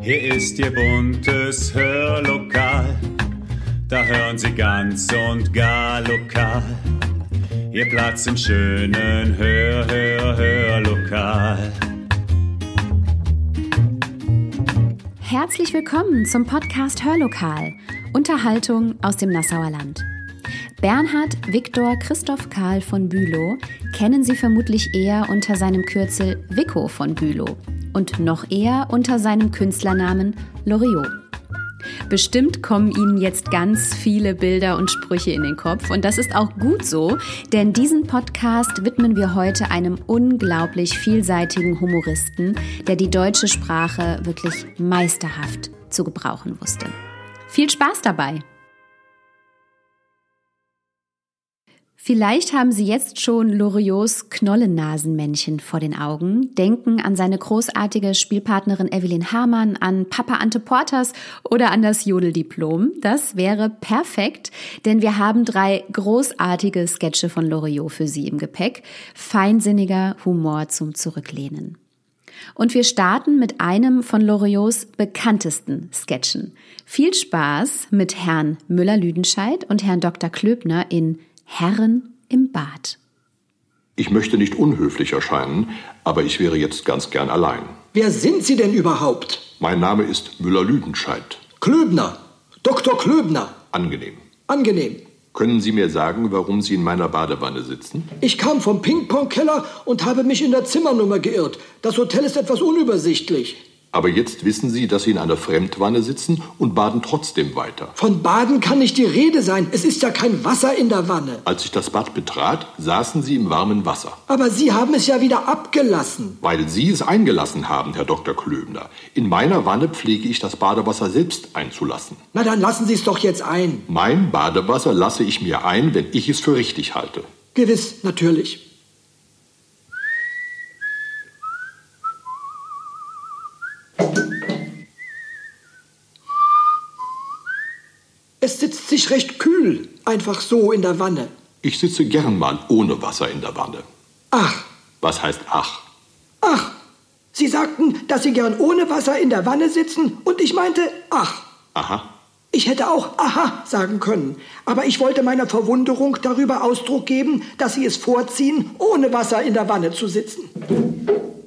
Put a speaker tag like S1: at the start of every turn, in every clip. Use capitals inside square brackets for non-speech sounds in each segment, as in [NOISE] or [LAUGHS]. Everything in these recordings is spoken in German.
S1: Hier ist Ihr buntes Hörlokal, da hören Sie ganz und gar lokal. Ihr Platz im schönen Hör, Hör, Hörlokal.
S2: Herzlich willkommen zum Podcast Hörlokal. Unterhaltung aus dem Nassauer Land. Bernhard Viktor Christoph Karl von Bülow kennen Sie vermutlich eher unter seinem Kürzel Vico von Bülow und noch eher unter seinem Künstlernamen Loriot. Bestimmt kommen Ihnen jetzt ganz viele Bilder und Sprüche in den Kopf und das ist auch gut so, denn diesen Podcast widmen wir heute einem unglaublich vielseitigen Humoristen, der die deutsche Sprache wirklich meisterhaft zu gebrauchen wusste. Viel Spaß dabei! Vielleicht haben Sie jetzt schon Loriots Knollennasenmännchen vor den Augen, denken an seine großartige Spielpartnerin Evelyn Hamann, an Papa Ante Porters oder an das Jodeldiplom. Das wäre perfekt, denn wir haben drei großartige Sketche von Loriot für Sie im Gepäck. Feinsinniger Humor zum Zurücklehnen. Und wir starten mit einem von Loriots bekanntesten Sketchen. Viel Spaß mit Herrn Müller-Lüdenscheid und Herrn Dr. Klöbner in Herren im Bad.
S3: Ich möchte nicht unhöflich erscheinen, aber ich wäre jetzt ganz gern allein.
S4: Wer sind Sie denn überhaupt?
S3: Mein Name ist Müller-Lüdenscheid.
S4: Klöbner. Dr. Klöbner.
S3: Angenehm.
S4: Angenehm.
S3: Können Sie mir sagen, warum Sie in meiner Badewanne sitzen?
S4: Ich kam vom Ping-Pong-Keller und habe mich in der Zimmernummer geirrt. Das Hotel ist etwas unübersichtlich.
S3: Aber jetzt wissen Sie, dass Sie in einer Fremdwanne sitzen und baden trotzdem weiter.
S4: Von Baden kann nicht die Rede sein. Es ist ja kein Wasser in der Wanne.
S3: Als ich das Bad betrat, saßen Sie im warmen Wasser,
S4: Aber Sie haben es ja wieder abgelassen.
S3: weil Sie es eingelassen haben, Herr Dr. Klöbner. In meiner Wanne pflege ich das Badewasser selbst einzulassen.
S4: Na dann lassen Sie es doch jetzt ein.
S3: Mein Badewasser lasse ich mir ein, wenn ich es für richtig halte.
S4: Gewiss, natürlich. Es sitzt sich recht kühl, einfach so in der Wanne.
S3: Ich sitze gern mal ohne Wasser in der Wanne.
S4: Ach,
S3: Was heißt ach?
S4: ach, Sie sagten, dass Sie gern ohne Wasser in der Wanne sitzen und ich meinte, ach.
S3: Aha.
S4: Ich hätte auch aha sagen können, aber ich wollte meiner Verwunderung darüber Ausdruck geben, dass Sie es vorziehen, ohne Wasser in der Wanne zu sitzen.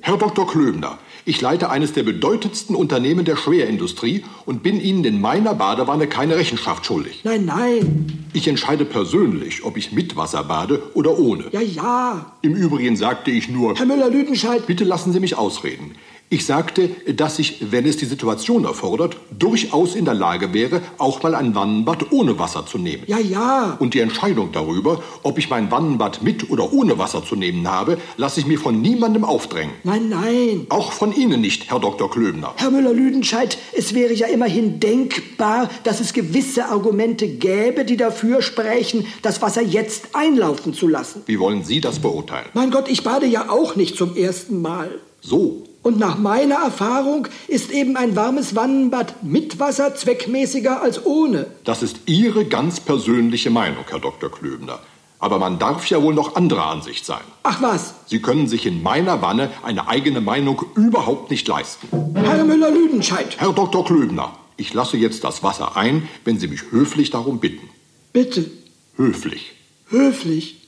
S3: Herr Dr. Klöbner, ich leite eines der bedeutendsten Unternehmen der Schwerindustrie und bin Ihnen in meiner Badewanne keine Rechenschaft schuldig.
S4: Nein, nein,
S3: Ich entscheide persönlich, ob ich mit Wasser bade oder ohne.
S4: ja, ja.
S3: Im Übrigen sagte ich nur,
S4: Herr Müller-Lüdenscheid,
S3: bitte lassen Sie mich ausreden. Ich sagte, dass ich, wenn es die Situation erfordert, durchaus in der Lage wäre, auch mal ein Wannenbad ohne Wasser zu nehmen.
S4: ja, ja.
S3: Und die Entscheidung darüber, ob ich mein Wannenbad mit oder ohne Wasser zu nehmen habe, lasse ich mir von niemandem aufdrängen.
S4: Nein, nein.
S3: Auch von Ihnen nicht, Herr Dr. Klöbner.
S4: Herr Müller-Lüdenscheid, es wäre ja immerhin denkbar, dass es gewisse Argumente gäbe, die dafür sprechen, das Wasser jetzt einlaufen zu lassen.
S3: Wie wollen Sie das beurteilen?
S4: Mein Gott, ich bade ja auch nicht zum ersten Mal.
S3: So.
S4: Und nach meiner Erfahrung ist eben ein warmes Wannenbad mit Wasser zweckmäßiger als ohne.
S3: Das ist Ihre ganz persönliche Meinung, Herr Dr. Klöbner. Aber man darf ja wohl noch anderer Ansicht sein.
S4: Ach was,
S3: Sie können sich in meiner Wanne eine eigene Meinung überhaupt nicht leisten.
S4: Herr Müller-Lüdenscheid,
S3: Herr Dr. Klöbner, ich lasse jetzt das Wasser ein, wenn Sie mich höflich darum bitten.
S4: bitte,
S3: Höflich.
S4: höflich.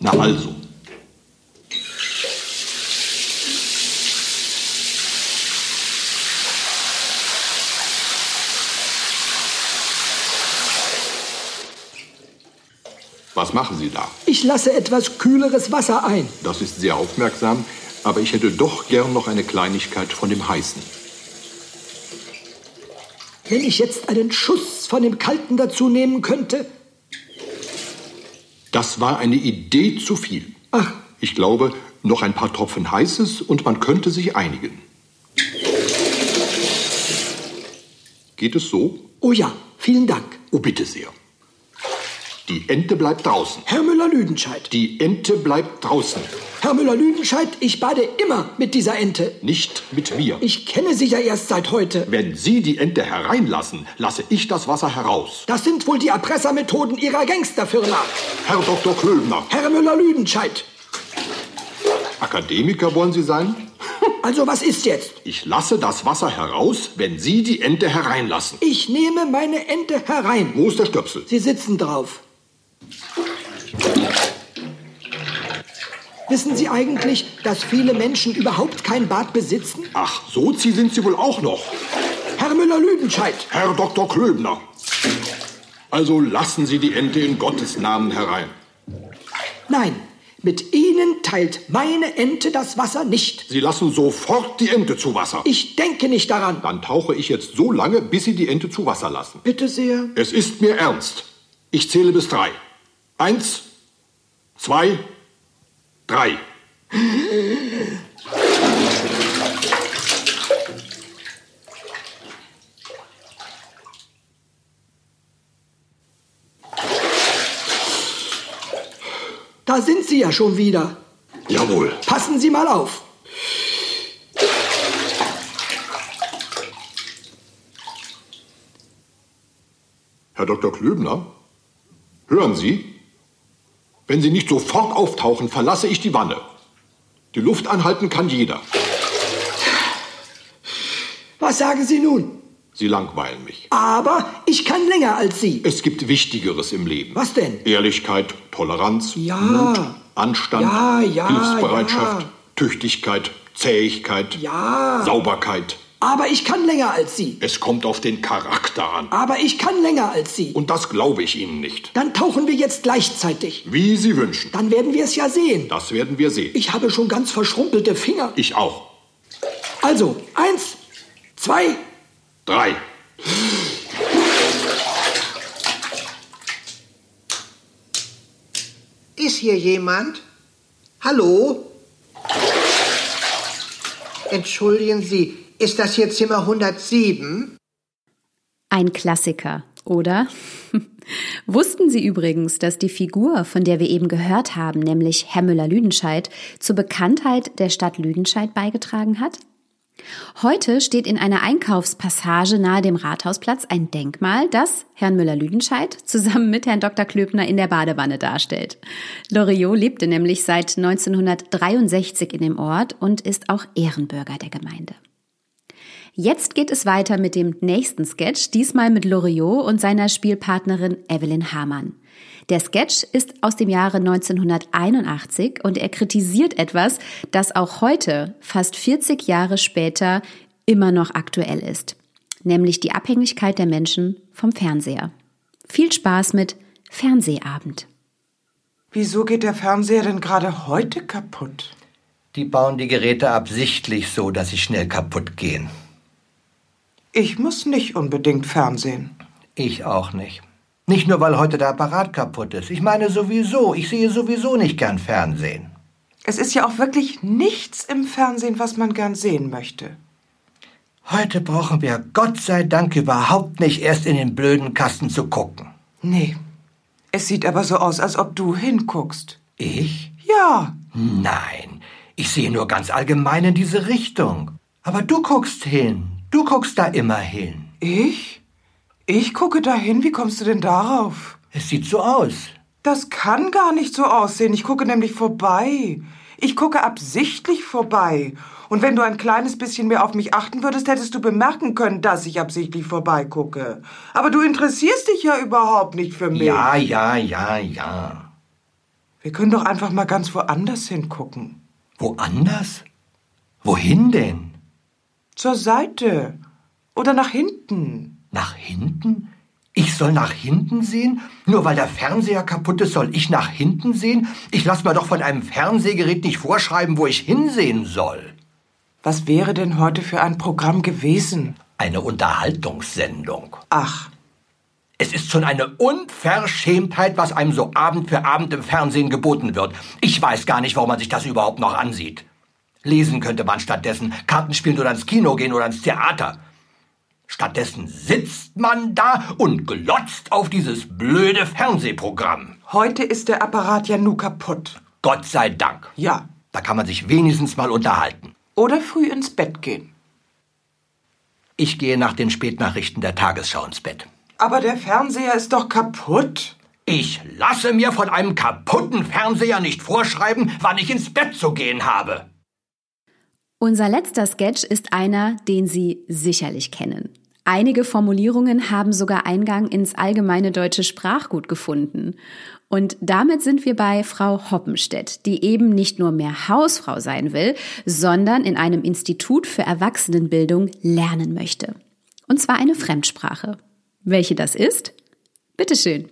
S3: Na also. Was machen Sie da?
S4: Ich lasse etwas kühleres Wasser ein.
S3: Das ist sehr aufmerksam, aber ich hätte doch gern noch eine Kleinigkeit von dem Heißen.
S4: Wenn ich jetzt einen Schuss von dem Kalten dazu nehmen könnte.
S3: Das war eine Idee zu viel.
S4: Ach.
S3: Ich glaube, noch ein paar Tropfen Heißes und man könnte sich einigen. Geht es so?
S4: Oh ja, vielen Dank.
S3: Oh, bitte sehr. Die Ente bleibt draußen.
S4: Herr Müller-Lüdenscheid,
S3: Die Ente bleibt draußen.
S4: Herr Müller-Lüdenscheid, ich bade immer mit dieser Ente.
S3: Nicht mit mir.
S4: Ich kenne sie ja erst seit heute.
S3: Wenn Sie die Ente hereinlassen, lasse ich das Wasser heraus.
S4: Das sind wohl die Erpressermethoden Ihrer Gangsterfirma.
S3: Herr Dr. Klöbner,
S4: Herr Müller-Lüdenscheid,
S3: Akademiker wollen Sie sein?
S4: Also was ist jetzt?
S3: Ich lasse das Wasser heraus, wenn Sie die Ente hereinlassen.
S4: Ich nehme meine Ente herein.
S3: Wo ist der Stöpsel?
S4: Sie sitzen drauf. Wissen Sie eigentlich, dass viele Menschen überhaupt kein Bad besitzen?
S3: Ach, Sozi sind Sie wohl auch noch.
S4: Herr Müller-Lüdenscheid,
S3: Herr Dr. Klöbner. Also lassen Sie die Ente in Gottes Namen herein.
S4: nein, mit Ihnen teilt meine Ente das Wasser nicht.
S3: Sie lassen sofort die Ente zu Wasser.
S4: Ich denke nicht daran.
S3: Dann tauche ich jetzt so lange, bis Sie die Ente zu Wasser lassen.
S4: Bitte sehr.
S3: Es ist mir ernst. Ich zähle bis drei. Eins, zwei, drei.
S4: Da sind Sie ja schon wieder.
S3: Jawohl.
S4: Passen Sie mal auf.
S3: Herr Dr. Klöbner, hören Sie? Wenn Sie nicht sofort auftauchen, verlasse ich die Wanne. Die Luft anhalten kann jeder.
S4: Was sagen Sie nun?
S3: Sie langweilen mich.
S4: Aber ich kann länger als Sie.
S3: Es gibt Wichtigeres im Leben.
S4: Was denn?
S3: Ehrlichkeit, Toleranz,
S4: Ja.
S3: Mut, Anstand,
S4: Ja, ja,
S3: Hilfsbereitschaft,
S4: ja.
S3: Tüchtigkeit, Zähigkeit,
S4: Ja.
S3: Sauberkeit.
S4: Ah, Aber ich kann länger als Sie.
S3: Es kommt auf den Charakter an.
S4: Aber ich kann länger als Sie.
S3: Und das glaube ich Ihnen nicht.
S4: Dann tauchen wir jetzt gleichzeitig.
S3: Wie Sie wünschen.
S4: Dann werden wir es ja sehen.
S3: Das werden wir sehen.
S4: Ich habe schon ganz verschrumpelte Finger.
S3: Ich auch.
S4: Also, eins, zwei.
S3: Drei.
S5: Ist hier jemand? Hallo? Entschuldigen Sie, ist das hier Zimmer 107?
S2: Ein Klassiker, oder? [LAUGHS] Wussten Sie übrigens, dass die Figur, von der wir eben gehört haben, nämlich Herr Müller-Lüdenscheid, zur Bekanntheit der Stadt Lüdenscheid beigetragen hat? Heute steht in einer Einkaufspassage nahe dem Rathausplatz ein Denkmal, das Herrn Müller-Lüdenscheid zusammen mit Herrn Dr. Klöbner in der Badewanne darstellt. Loriot lebte nämlich seit 1963 in dem Ort und ist auch Ehrenbürger der Gemeinde. Jetzt geht es weiter mit dem nächsten Sketch, diesmal mit Loriot und seiner Spielpartnerin Evelyn Hamann. Der Sketch ist aus dem Jahre 1981 und er kritisiert etwas, das auch heute, fast 40 Jahre später, immer noch aktuell ist, nämlich die Abhängigkeit der Menschen vom Fernseher. Viel Spaß mit Fernsehabend.
S6: Wieso geht der Fernseher denn gerade heute kaputt?
S7: Die bauen die Geräte absichtlich so, dass sie schnell kaputt gehen.
S6: Ich muss nicht unbedingt Fernsehen.
S7: Ich auch nicht. Nicht nur, weil heute der Apparat kaputt ist. Ich meine sowieso, ich sehe sowieso nicht gern Fernsehen.
S6: Es ist ja auch wirklich nichts im Fernsehen, was man gern sehen möchte.
S7: Heute brauchen wir Gott sei Dank überhaupt nicht erst in den blöden Kasten zu gucken.
S6: Nee. Es sieht aber so aus, als ob du hinguckst.
S7: Ich?
S6: Ja.
S7: Nein, ich sehe nur ganz allgemein in diese Richtung. Aber du guckst hin. Du guckst da immer hin.
S6: Ich? Ich gucke dahin. Wie kommst du denn darauf?
S7: Es sieht so aus.
S6: Das kann gar nicht so aussehen. Ich gucke nämlich vorbei. Ich gucke absichtlich vorbei. Und wenn du ein kleines bisschen mehr auf mich achten würdest, hättest du bemerken können, dass ich absichtlich vorbeigucke. Aber du interessierst dich ja überhaupt nicht für mich.
S7: Ja, ja, ja, ja.
S6: Wir können doch einfach mal ganz woanders hingucken.
S7: Woanders? Wohin denn?
S6: Zur Seite. Oder nach hinten.
S7: Nach hinten? Ich soll nach hinten sehen? Nur weil der Fernseher kaputt ist, soll ich nach hinten sehen? Ich lasse mir doch von einem Fernsehgerät nicht vorschreiben, wo ich hinsehen soll.
S6: Was wäre denn heute für ein Programm gewesen?
S7: Eine Unterhaltungssendung.
S6: Ach,
S7: Es ist schon eine Unverschämtheit, was einem so Abend für Abend im Fernsehen geboten wird. Ich weiß gar nicht, warum man sich das überhaupt noch ansieht. Lesen könnte man stattdessen, Karten spielen oder ins Kino gehen oder ins Theater. Stattdessen sitzt man da und glotzt auf dieses blöde Fernsehprogramm.
S6: heute ist der Apparat ja nur kaputt.
S7: Gott sei Dank.
S6: Ja.
S7: Da kann man sich wenigstens mal unterhalten.
S6: Oder früh ins Bett gehen.
S7: Ich gehe nach den Spätnachrichten der Tagesschau ins Bett.
S6: Aber der Fernseher ist doch kaputt.
S7: Ich lasse mir von einem kaputten Fernseher nicht vorschreiben, wann ich ins Bett zu gehen habe.
S2: Unser letzter Sketch ist einer, den Sie sicherlich kennen. Einige Formulierungen haben sogar Eingang ins allgemeine deutsche Sprachgut gefunden. Und damit sind wir bei Frau Hoppenstedt, die eben nicht nur mehr Hausfrau sein will, sondern in einem Institut für Erwachsenenbildung lernen möchte. Und zwar eine Fremdsprache. Welche das ist? Bitteschön.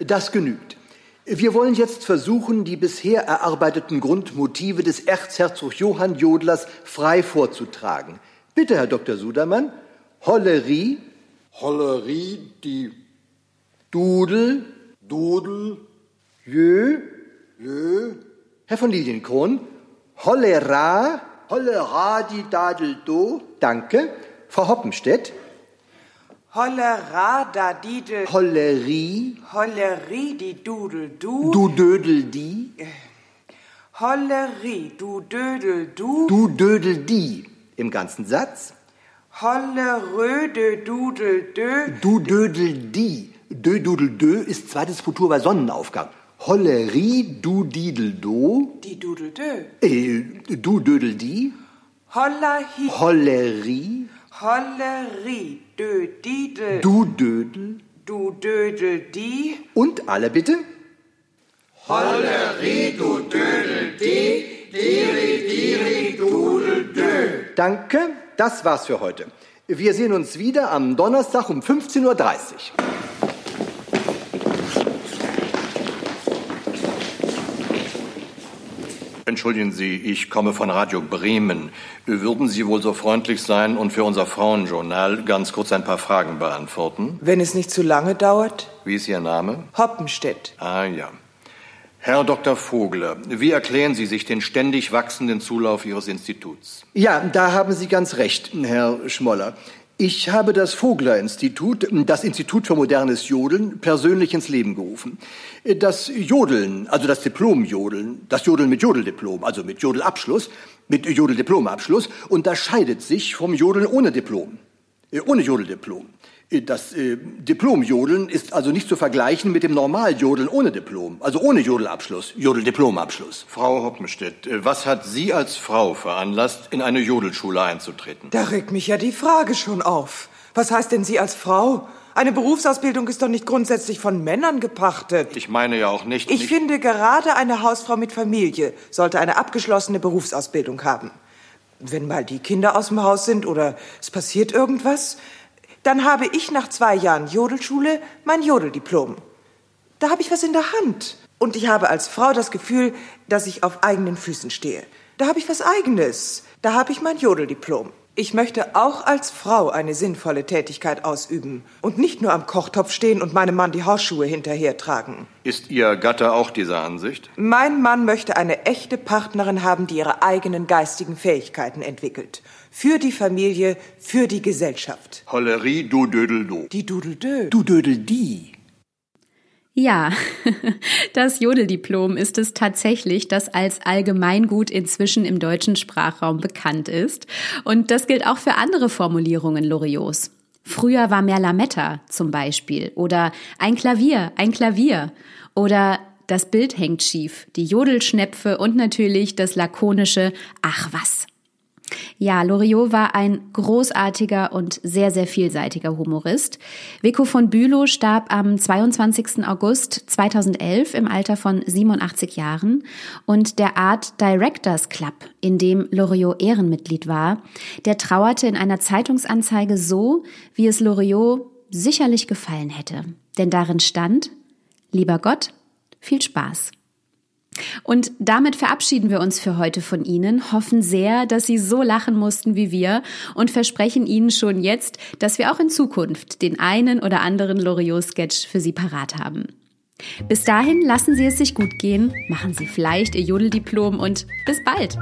S4: Das genügt. Wir wollen jetzt versuchen, die bisher erarbeiteten Grundmotive des Erzherzog Johann Jodlers frei vorzutragen. Bitte, Herr Dr. Sudermann, Hollerie,
S8: Hollerie, die
S4: Dudel,
S8: Dudel,
S4: Jö,
S8: Jö,
S4: Herr von Lilienkron, Hollera,
S9: Hollera, die Dadel, do.
S4: danke, Frau Hoppenstedt,
S6: Hollera da didel,
S4: Hollerie,
S6: Hollerie die Dudel du,
S4: du Dödel die,
S6: Hollerie du Dödel du,
S4: du Dödel die, im ganzen Satz,
S6: Holleröde Dudel dö,
S4: Du dödel die. Dö dudel dö ist zweites Futur bei Sonnenaufgang. Hollerie du didel do.
S6: die Dudel dö,
S4: Äh, du dödel die.
S6: Hollahi,
S4: Hollerie
S6: Hollerie dö didel,
S4: du dödel.
S6: du Dödel die,
S4: Und alle bitte? Hollerie du dödel die. Diri diri dudel dö. Danke, das war's für heute. Wir sehen uns wieder am Donnerstag um 15.30 Uhr.
S3: Entschuldigen Sie, ich komme von Radio Bremen. Würden Sie wohl so freundlich sein und für unser Frauenjournal ganz kurz ein paar Fragen beantworten?
S6: wenn es nicht zu lange dauert,
S3: Wie ist Ihr Name?
S6: Hoppenstedt.
S3: Ah ja. Herr Dr. Vogler, wie erklären Sie sich den ständig wachsenden Zulauf Ihres Instituts?
S4: Ja, da haben Sie ganz recht, Herr Schmoller. Ich habe das Vogler-Institut, das Institut für modernes Jodeln, persönlich ins Leben gerufen. Äh, Das Jodeln, also das Diplom-Jodeln, das Jodeln mit Jodeldiplom, also mit Jodelabschluss, mit Jodeldiplomabschluss, unterscheidet sich vom Jodeln ohne Diplom, äh, ohne Jodeldiplom. Äh, Das äh, Diplom-Jodeln ist also nicht zu vergleichen mit dem Normal-Jodeln ohne Diplom, also ohne Jodelabschluss, Jodeldiplomabschluss.
S3: Frau Hoppenstedt, äh, was hat Sie als Frau veranlasst, in eine Jodelschule einzutreten?
S6: Da regt mich ja die Frage schon auf. Was heißt denn Sie als Frau? Eine Berufsausbildung ist doch nicht grundsätzlich von Männern gepachtet.
S3: Ich meine ja auch nicht.
S6: Ich
S3: nicht-
S6: finde, gerade eine Hausfrau mit Familie sollte eine abgeschlossene Berufsausbildung haben. Wenn mal die Kinder aus dem Haus sind oder es passiert irgendwas, dann habe ich nach zwei Jahren Jodelschule mein Jodeldiplom. Da habe ich was in der Hand. Und ich habe als Frau das Gefühl, dass ich auf eigenen Füßen stehe. Da habe ich was Eigenes. Da habe ich mein Jodeldiplom. Ich möchte auch als Frau eine sinnvolle Tätigkeit ausüben und nicht nur am Kochtopf stehen und meinem Mann die Hausschuhe hinterhertragen.
S3: Ist Ihr Gatte auch dieser Ansicht?
S6: Mein Mann möchte eine echte Partnerin haben, die ihre eigenen geistigen Fähigkeiten entwickelt. Für die Familie, für die Gesellschaft.
S3: Hollerie, du Dödel, du.
S6: Die Dudeldö.
S4: Du dödel die.
S2: Ja, [LAUGHS] das Jodeldiplom ist es tatsächlich, das als Allgemeingut inzwischen im deutschen Sprachraum bekannt ist. Und das gilt auch für andere Formulierungen Loriots. Früher war mehr Lametta zum Beispiel oder ein Klavier, ein Klavier oder das Bild hängt schief, die Jodelschnepfe und natürlich das lakonische Ach was. Ja, Loriot war ein großartiger und sehr, sehr vielseitiger Humorist. Vico von Bülow starb am 22. August 2011 im Alter von 87 Jahren und der Art Directors Club, in dem Loriot Ehrenmitglied war, der trauerte in einer Zeitungsanzeige so, wie es Loriot sicherlich gefallen hätte. Denn darin stand, lieber Gott, viel Spaß. Und damit verabschieden wir uns für heute von Ihnen, hoffen sehr, dass Sie so lachen mussten wie wir und versprechen Ihnen schon jetzt, dass wir auch in Zukunft den einen oder anderen Loriot-Sketch für Sie parat haben. Bis dahin lassen Sie es sich gut gehen, machen Sie vielleicht Ihr Jodeldiplom und bis bald!